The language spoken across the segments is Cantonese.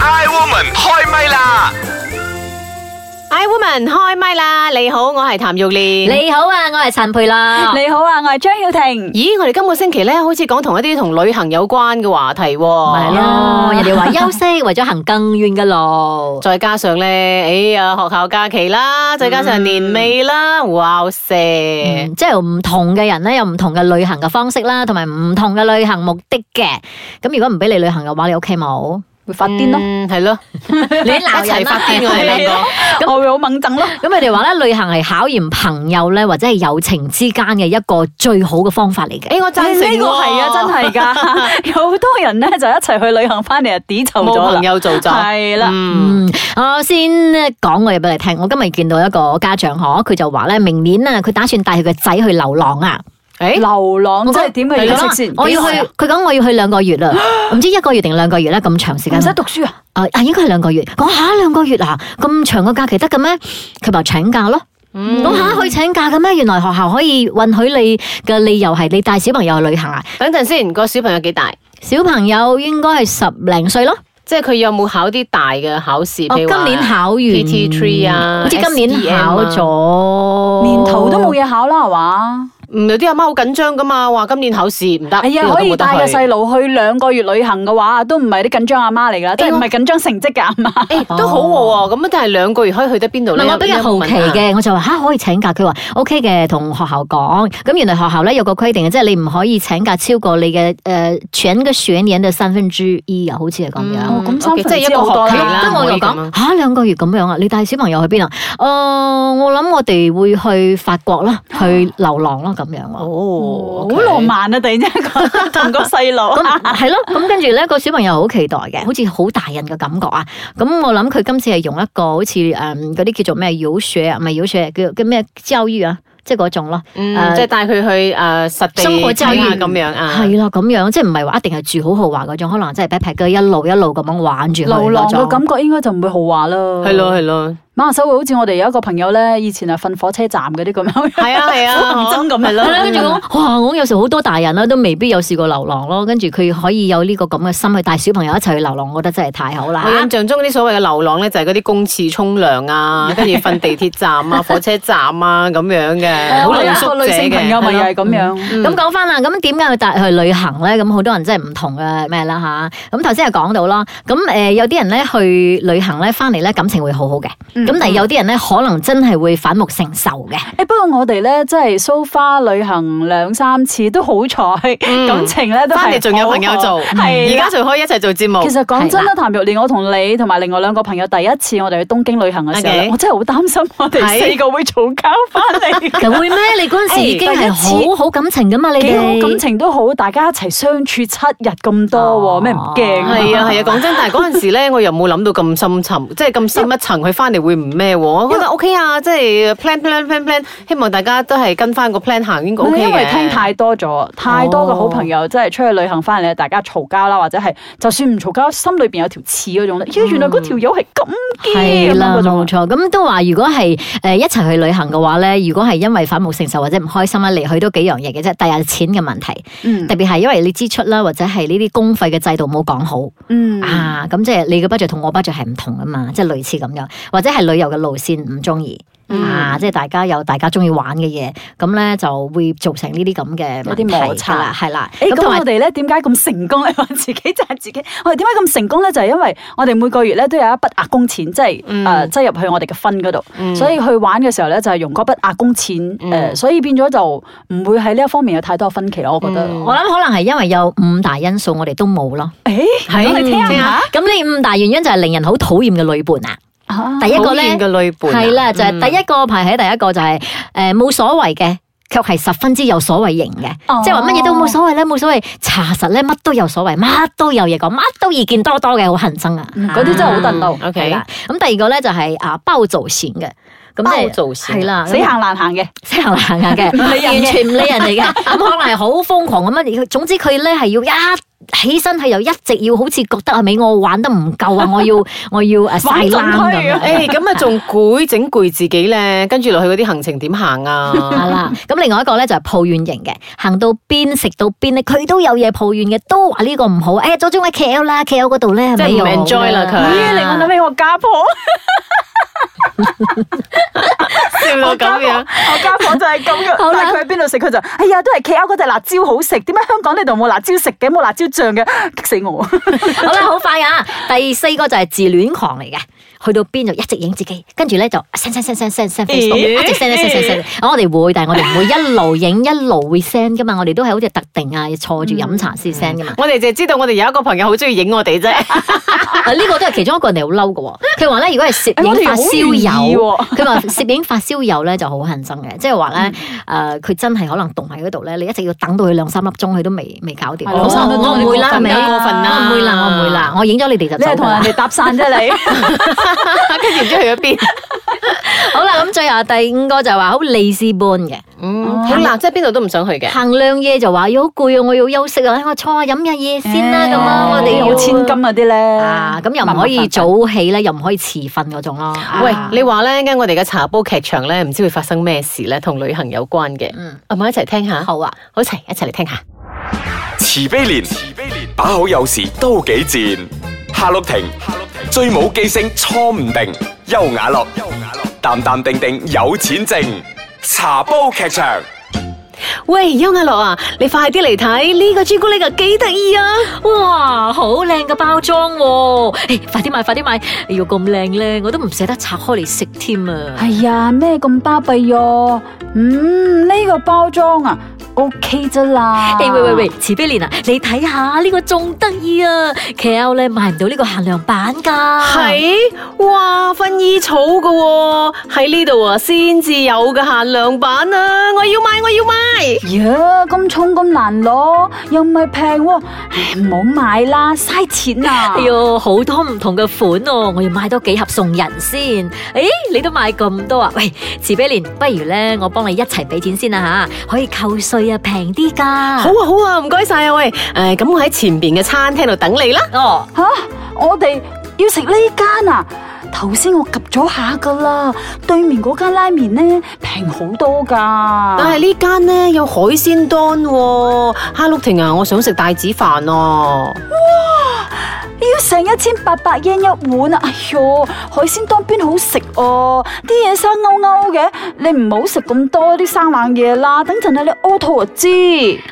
Iwoman 開唛啦！ I woman 開唛啦！你好，我係譚玉蓮。你好啊，我係陳佩樂。你好啊，我係張曉婷。咦，我哋今個星期咧，好似講同一啲同旅行有關嘅話題喎。咪咯，哦人哋話休息為咗行更遠嘅 路。再加上咧，哎呀，學校假期啦，再加嗯上年尾啦，哇塞！嗯即係唔同嘅人咧，有唔同嘅旅行嘅方式啦，同埋唔同嘅旅行目的嘅。咁如果唔俾你旅行嘅話，你 OK 冇？會發癲咯，嗯，係咯，你鬧啊一齊人發啦，癲我哋兩個。 我會好掹憎咯。咁佢哋話咧，旅行係考驗朋友咧，或者係友情之間嘅一個最好嘅方法嚟嘅。哎，我贊成呢個喎係啊， 真係㗎，有好多人咧就一齊去旅行翻嚟啊，抵就冇咗啦朋。友做就係啦嗯嗯，我先講我嘢俾你聽。我今日見到一個家長嗬，佢就話咧，明年啊，佢打算帶佢個仔去流浪啊。哎，流浪即係點嘅係樣咯式先？我要去，佢講我要去兩個 月啦，唔知一個月定兩個月咧，咁長時間。唔使讀書啊？啊啊，應該係兩個月。講下兩個月啊，咁長個假期得嘅咩？佢話請假咯。嗯講下可以請假嘅咩？原來學校可以允許你嘅理由係你帶小朋友去旅行啊。等陣先，個小朋友幾大？小朋友應該係十零歲咯。即係佢有冇考啲大嘅考試？哦，譬如話今年考完 PT3 啊好似今年 SDM 啊考咗年頭都冇。嘢考啦，係嘛？唔嗯有啲阿媽好緊張噶嘛，話今年考試唔得，哎呀，邊個可都冇以得帶個去細路去兩個月旅行嘅話，都唔係啲緊張阿媽嚟㗎啦，即係唔係緊張成績嘅阿媽。誒都好喎，咁但係兩個月可以去得邊度哦唔咧？係，我比較好奇啊嘅，我就話吓可以請假，佢話 O K 嘅，同學校講。咁原來學校咧有個規定嘅，即係你唔可以請假超過你嘅誒全個學年嘅三分之一啊，好似係咁樣。哦咁三 OK，即係分之一個好多學期啦啦。咁我可就以咁樣講嗯吓兩個月咁樣啊，你帶小朋友去邊啊？誒、我諗我哋會去法國啦，去流浪啦咁樣喎。哦好浪。漫啊！突然之間講同個細路咁。係咯，咁跟住咧個小朋友好期待嘅，好似好大人嘅感覺啊！咁我諗佢今次係用一個好似誒嗯嗰啲叫做咩遊學啊，唔係遊學，叫叫咩教育啊，即係嗰種咯。嗯誒即係帶佢去誒實地生活周睇園下咁樣啊。係啦，咁樣即係唔係話一定係住好豪華嗰種，可能真係 backpack 一路一路咁樣玩住去流浪嗰嘅種。感覺應該就唔會豪華啦。係咯係 咯，馬來西亞會好似我哋有一個朋友咧，以前係啊瞓火車站嗰啲咁樣，係啊係啊， 好認真咁係係啦，跟住咯。講，哇！我有時好多大人啦，都未必有試過流浪咯。跟住佢可以有呢個咁嘅心去帶小朋友一齊去流浪，我覺得真係啊太好啦我。印象中嗰啲所謂嘅流浪咧，就係嗰啲公廁沖涼啊， 跟住瞓地鐵站啊、火車站啊咁樣嘅，好我露有一宿個者女性朋嘅。嗯友咪又係咁樣。咁講翻啦，咁點解要帶佢去旅行咧？咁好多人真係唔同嘅咩啦吓，咁頭先係講到啦，咁誒、呃有啲人咧去旅行咧，翻嚟咧感情會好好嘅。咁、但係有啲人咧，可能真係會反目成仇嘅。誒不過我哋咧，即係 so far 旅行兩三次都好彩，嗯感情咧都係翻嚟仲有朋友做，而係啦家仲可以一齊做節目其。實講真啦，譚玉蓮，我同你同埋另外兩個朋友第一次我哋去東京旅行嘅時候呢 OK 我真係好擔心我哋係四個會嘈交 翻嚟。就會咩？你嗰陣時已經哎第係一次好好感情啊噶嘛？你幾好哋感情都好，大家一齊相處七日咁多喎，咩唔驚哦啊？係啊係啊，講真，但係嗰陣時咧，我又冇諗到咁深沉，即係咁深一層，佢翻嚟會唔咩喎？我覺得 OK 啊，即係 plan plan plan plan，希望大家都係跟翻個 plan 行，應該唔 OK 嘅。係因為聽太多咗，太多嘅好朋友哦真係出去旅行翻嚟，大家嘈交啦，或者係就算唔嘈交，心裏邊有條刺嗰種咧。咦，原來嗰條友係咁嘅係咁嗯啦，樣嗰啊冇種。錯。咁都話，如果係誒、一齊去旅行嘅話咧，如果係因為反目成仇或者唔開心咧，嚟去都幾樣嘢嘅啫。第日錢嘅問題，嗯特別係因為你支出啦，或者係呢啲公費嘅制度冇講好、嗯啊，咁即係你嘅 budget 同我 budget 係唔同噶啊嘛，即係類似咁樣，或者係旅遊嘅路線唔中意。嗯啊，即係大家有大家中意玩嘅嘢，咁咧就會造成呢啲咁嘅有啲問題摩擦㗎啦，係啦。誒咁同埋我哋咧點解咁成功咧？我 自己就係自己，我哋點解咁成功咧？就係、因為我哋每個月咧都有一筆壓工錢，即係嗯誒擠入去我哋嘅分嗰度，嗯所以去玩嘅時候咧就係用嗰筆壓工錢誒、嗯所以變咗就唔會喺呢一方面有太多分歧咯。我覺得，嗯我諗可能係因為有五大因素，我哋都冇咯。誒係我哋嗯聽聽下下，咁呢五大原因就係令人好討厭嘅旅伴啊。啊第一個討咧厭嘅女伴啊係啦，就係、第一個排喺第一個就係誒冇所謂嘅。卻係十分之有所謂型嘅，哦即係話乜嘢都冇所謂咧，冇所謂查實咧，乜都有所謂，乜都有嘢講，乜都意見多多嘅，好恨憎啊！嗯嗰啲真係好憤怒。 O 係 K，啦。咁第二個咧就係啊包做線嘅，咁即包係做事係啦，啊死行難行嘅， 死行行嘅，唔理人完嘅全唔理人哋嘅，咁可能係好瘋狂咁樣。總之佢咧係要一起身佢又一直要好似覺得啊，美我玩得唔夠啊，我 要我要誒晒冷咁玩盡佢樣啊。诶，咁啊仲攰，整攰自己咧，跟住落去嗰啲行程點行啊？係啦，咁另外一個咧就係抱怨型嘅，行到邊食到邊咧，佢都有嘢抱怨嘅，都話呢個唔好，誒、早中喺 K L 啦，K L 嗰度咧即係唔係咪啊又 enjoy 啦佢咦，令我諗起我家婆，笑到咁樣。我家婆就係咁樣。好啦但係佢喺邊度食，佢就哎呀，都係企 L 嗰隻辣椒好食，點解香港呢度冇辣椒食嘅，冇辣椒醬嘅，激死我！好啦，好快啊！第四個就係自戀狂嚟嘅，去到邊就一直影自己，跟住咧就 send send send send send send Facebook，咦一直 send send send send。我哋會，但係我哋唔會一路影一路會 send 噶嘛，我哋都係好似特定啊，坐住飲茶先 send 噶嘛。我哋就知道我哋有一個朋友好中意影我哋啫，啊呢個都係其中一個人哋好嬲嘅喎。佢話咧，如果係攝影發燒哎友，我哋好佢話攝影發燒友咧就好恨生嘅，即係話咧誒，呃佢真係可能凍喺嗰度咧，你一直要等到佢兩三粒鐘，佢都未未搞掂。係我咯話我我唔會啦，係你咪？過分啦過分啦我唔會啦，我唔會啦，我影咗你哋就你走係㗎同啦人哋搭訕啫，你。跟住唔知去咗邊。好啦，咁最後第五個就話好利是般嘅，嗯，好啦，即係邊度都唔想去嘅。行兩夜就話要好攰啊，我要休息啊，哎我坐下飲下嘢先啦，咁哎樣我哋啊嗯有要千金嗰啲咧，啊，咁又唔可以早起咧，又唔可以遲瞓嗰種咯。啊喂，你話咧，跟我哋嘅茶煲劇場咧，唔知會發生咩事咧，同旅行有關嘅。嗯，我咪一齊聽下，好好啊。好齊一齊嚟聽下。慈悲莲，慈悲莲，把好有時都幾賤。夏綠庭，夏綠庭，最冇記性錯唔定。優雅樂，優雅樂，淡淡定定有錢剩。茶煲劇場。喂，邱亞樂啊，你快啲嚟睇呢個朱古力啊，幾得意啊！哇，好靚嘅包裝喎！哎快啲買，快啲買！哎呦，咁靚咧，我都唔捨得拆開嚟食添啊！哎呀，咩咁巴閉哟？嗯，呢、個包裝啊，OK 啫啦。哎喂喂喂，，慈悲蓮啊，你睇下呢個仲得意啊！KL 咧買唔到呢個限量版啊㗎，係哇，薰衣草噶喎，喺呢度啊先至有嘅限量版啊！我要買，我要買。呀，咁重咁難攞，又唔係平喎，唉，唔好買啦，嘥錢啊！哎呦，好多唔同嘅款哦，我要買多幾盒送人先。誒，你都買咁多啊？喂，慈悲蓮，不如咧，我幫你一齊俾錢先啦吓，可以扣税啊，平啲㗎。好，啊好啊，唔該晒啊喂，誒、咁我喺前邊嘅餐廳度等你啦。哦，吓、我哋要食呢間啊！頭先我及咗下噶啦，對面嗰間拉麵呢，平好多噶。但係呢間呢，有海鮮丼喎、哈碌婷啊，我想食帶子飯啊！要成一千八百 yen 一碗啊！哎喲，海鮮當邊好食哦、啲嘢生勾勾嘅，你唔好食咁多啲生冷嘢啦。等陣啊，你屙肚就知。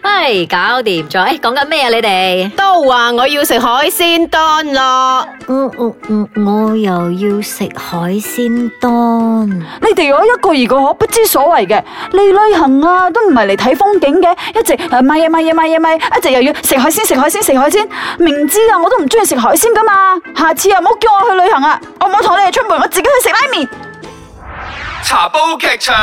唉，哎搞掂咗。誒，講緊咩啊？你哋？都話我要食海鮮丼咯，我我我嗯我又要食海鮮丼。你哋我一個二個可不知所謂嘅，嚟旅行啊都唔係嚟睇風景嘅，一直誒買嘢買嘢買嘢買，一直又要食海鮮食海鮮食海鮮，明知啊我都唔中意食海鮮噶嘛。下次啊唔好叫我去旅行啊，我唔好同你哋出門，我自己去食拉麵。茶煲劇場。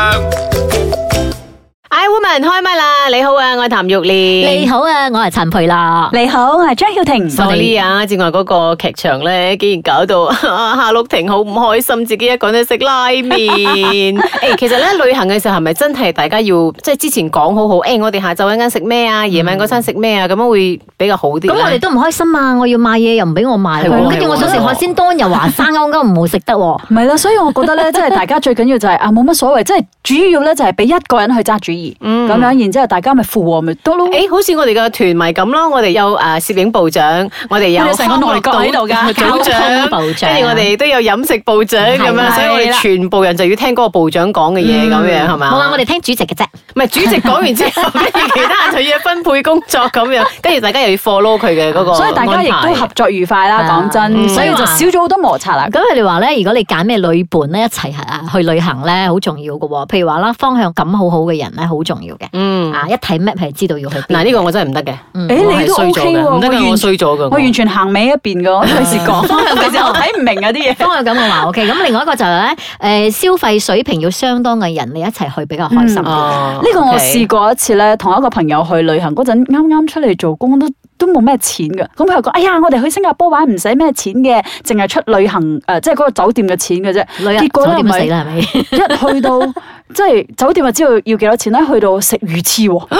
I woman 開麥啦！你好啊，我係譚玉蓮。你好啊，我係陳培樂。你好，我係張曉婷 sorry à, 啊，之外嗰個劇場咧，竟然搞到 夏綠婷好唔開心，自己一個人去食拉 麵。诶、其實咧旅行嘅時候係咪真係大家要即係之前講好好？诶、我哋下晝一間食咩啊，夜晚嗰餐食咩啊，咁樣會比較好啲咧。咁我哋都唔開心啊！我要買嘢又唔俾我買係喎喎，跟住我想食海鮮丼又話生勾勾唔 好食得喎。唔係啦，所以我覺得 咧，即係大家最緊要就係、啊，冇乜所謂，即係主要咧就係俾一個人去揸主意，咁、樣，然之後大家咪附和咪得咯。嗯誒、好似我哋嘅團咪咁咯，我哋有誒攝影部長，我哋有我哋成個內閣喺度㗎康樂組交長通部長跟住我哋都有飲食部長咁係啦樣，所以我哋全部人就要聽嗰個部長講嘅嘢咁樣係嘛？好啦，啊我哋聽主席嘅啫。唔係主席講完 之後，跟住其他人就要分配工作咁樣，跟住大家又要 follow 佢嘅嗰個所以大家亦安排都合作愉快啦，係啊講真，嗯所以就少咗好多摩擦啦。啊咁佢哋話咧，如果你揀咩旅伴咧，一齊係去旅行咧，好重要嘅喎。譬如話啦，方向感好好嘅人咧，好重要嘅。嗯。啊，一睇 map 係知道要去邊。嗱呢個我真係唔得嘅，嗯誒我你係都衰 OK 咗喎嘅，唔得我嘅，完我衰咗嘅。我完全行尾一邊 㗎，我隨時講，有時我睇唔明啊啲嘢。方向感我話 OK。咁另外一個就係咧，誒消費水平要相當嘅人，你一齊去比較開心啲。哦 呢個我 OK 試過一次咧，同一個朋友去旅行嗰陣，啱啱出嚟做工都都冇咩錢嘅。咁佢又講：哎呀，我哋去新加坡玩唔使咩錢嘅，淨係出旅行誒、呃即係嗰個酒店嘅錢嘅啫。旅遊結果酒店咧都咪死啦，係咪？一去到 即係酒店就知道要幾多錢咧，去到食魚翅喎，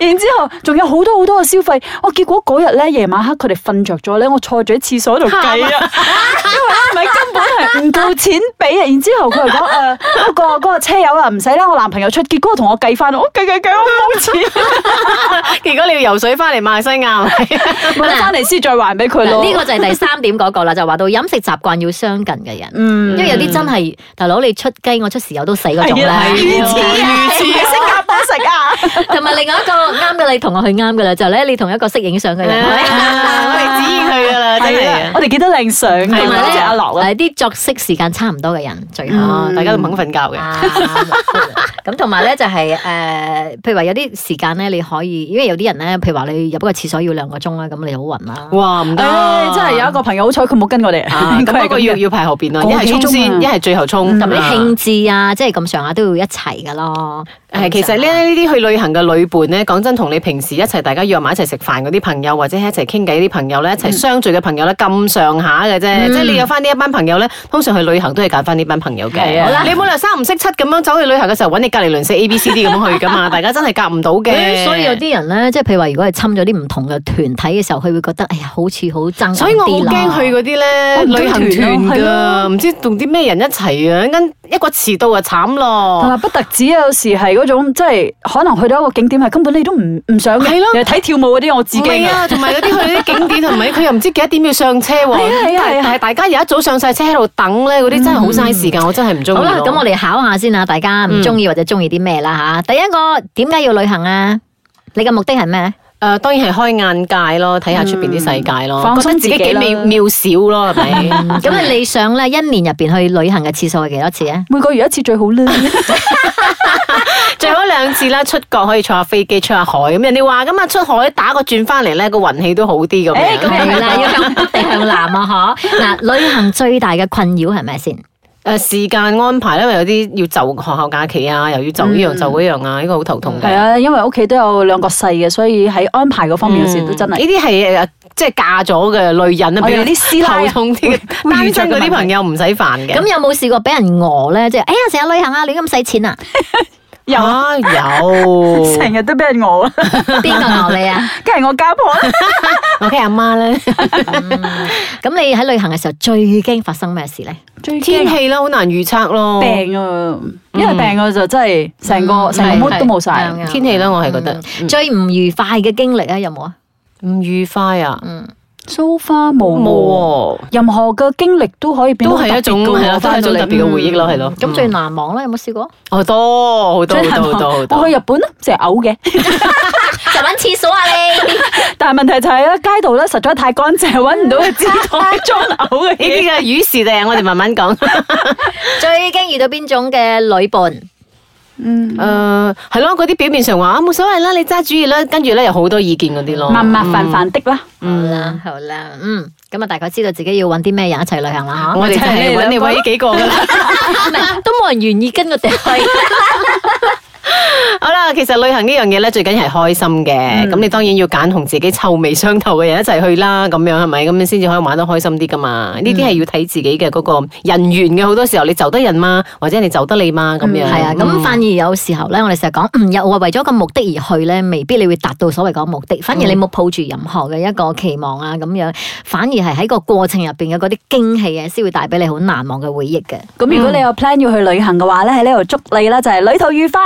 然之後仲有好多好多嘅消費，我結果嗰日咧夜晚黑佢哋瞓着咗咧，我坐咗喺廁所度計啊，因為唔係根本係唔夠錢俾啊。然之後佢 又講誒嗰個嗰個車友啊唔使啦，我男朋友出，結果同我計翻，我計計計我冇 錢， 結果你要游水翻嚟馬來西亞， 我翻嚟先再還俾佢 咯。嗱呢個就係第三點嗰個啦，就話到飲食習慣要相近嘅人，因嗯為有啲真係大佬你出雞我出豉油都死嗰種係啊咧，魚翅啊，魚喺新加坡食啊。同埋另外一個啱嘅你同我去啱嘅啦，就係咧你同一個識影相嘅人。 我哋指意佢噶啦，真 係係啊啊！我哋幾多靚相㗎，同埋多咧，謝阿樂啊！誒啲作息時間差唔多嘅人最好。啊大家都唔肯瞓覺嘅。嗯 啊咁同埋咧就係、誒、譬如話有啲時間咧，你可以，因為有啲人咧，譬如話你入一個廁所要兩個鐘啦，咁你好暈啦。哇，唔得唉，！真係有一個朋友好彩，佢冇跟我哋， 啊，佢咁係不過咁要嘅。要排後邊咯，個一幾係衝鐘啊先，一係最後衝。咁你啊興致啊，即係咁上下都要一齊噶咯。係，其實啊咧呢啲去旅行嘅旅伴咧，講真，同你平時一齊大家約埋一齊食飯嗰啲朋友，或者一齊傾偈啲朋友咧，一齊嗯相聚嘅朋友咧，咁上下嘅啫。即係你有翻呢一班朋友咧，通常去旅行都係揀翻呢班朋友係嘅。啊好啦，你冇理由三唔識七咁樣走去旅行嘅時候揾你隔離鄰舍 A B C D 咁樣去噶嘛， 大家真係夾唔到嘅。誒所以有啲人咧，即係譬如話，如果係侵咗啲唔同嘅團體嘅時候，佢會覺得，哎呀，好似好爭咁啲啦。哦所以我好驚去嗰啲咧我唔中旅意行團團咯係㗎，唔知同啲咩人一齊啊，一陣一個遲到啊慘同咯。埋不特止有時係嗰種，即係可能去到一個景點係根本你都唔唔想嘅，係咯又睇跳舞嗰啲我自唔己係啊，同埋嗰啲去啲景點同埋佢又唔知幾多點要上車喎。啊係啊係啊但係大家有一早上晒車喺度等咧，嗰啲真係好嘥時間，我真係唔中意好咯。啦，咁我哋考下先啊，大家唔中意或者中意啲咩啦吓？第一個點解要旅行啊？你嘅目的係咩咧？誒呃當然係開眼界咯，睇下出邊啲世界咯，放鬆覺嗯得自己自己幾啦渺渺小咯，係咪？嗯咁啊你理想咧，一年入邊去旅行嘅次數係幾多次啊？每個月一次最好 啦。 最好兩次啦，出國可以坐下飛機出下海咁。人哋話咁啊，出海打個轉翻嚟咧，個運氣都好啲咁啊樣誒咁。係啦，要向北定向南啊，嗬！ 嗱，旅行最大嘅困擾係咩先？誒時間安排咧，因為有啲要就學校假期啊，又要就呢樣就嗰樣啊，呢個好頭痛係嘅。啊，因為屋企都有兩個細嘅，所以喺安排嗰方面有時都真呢係。啲係誒即係嫁咗嘅女人啊，我比哋較啲師奶啊頭痛啲嘅，會會遇單着身嘅嗰問啲題朋友唔使煩嘅。咁有冇試過俾人餓咧？即係，哎呀，成日旅行啊，亂咁使錢 啊，有啊有成日都俾人 餓啊，邊個餓你啊？梗係我家婆啦。我嘅阿媽咧， 嗯咁你喺旅行嘅時候最驚發生咩事咧？最天驚氣嗯啦，好難預測咯。病啊，因為病我就真係成嗯個成係個 mood 都冇晒。係天氣咧，我係覺得嗯最唔愉快嘅經歷咧，有冇啊？嗯唔愉快啊， So far 冇喎冇喎，任何嘅經歷都可以變都得好係特一別啊種㗎係喎啦，都係一種特別嘅回憶嗯咯，係咯。咁最難忘咧，有冇試過？好多好多真係好多好多好我多去。日本咧，成日嘔嘅， 就揾廁所啊你！但係問題就係咧，啊街道咧實在太乾淨，揾唔到嘅紙袋裝嘔嘅呢啲嘢。嘅雨事定我哋慢慢 講。 最驚遇到邊種嘅旅伴？嗯，誒呃係咯，嗰啲表面上話啊冇所謂啦，你揸主意啦，跟住咧有好多意見嗰啲咯。麻麻煩煩的啦。好啦，好啦，嗯，咁啊，大概知道自己要揾啲咩人一齊旅行啦我哋就係揾你揾呢幾個噶 啊啦。吓，唔係都冇人願意跟我哋去。好啦，其實旅行呢樣嘢咧，最緊要係開心嘅。咁、你當然要揀同自己臭味相投嘅人一齊去啦，咁樣係咪？咁你先至可以玩得開心啲噶嘛。呢啲係要睇自己嘅嗰個人緣嘅，好多時候你就得人嘛，或者你就得你嘛咁樣。嗯係啊，咁反而有時候咧，我哋成日講，嗯，又話為咗個目的而去咧，未必你會達到所謂個目的，反而你冇抱住任何嘅一個期望啊，咁樣，反而係喺個過程入邊嘅嗰啲驚喜啊，先會帶俾你好難忘嘅回憶嘅。咁如果你有 plan 要去旅行嘅話咧，喺呢度祝你啦，就係旅途愉快。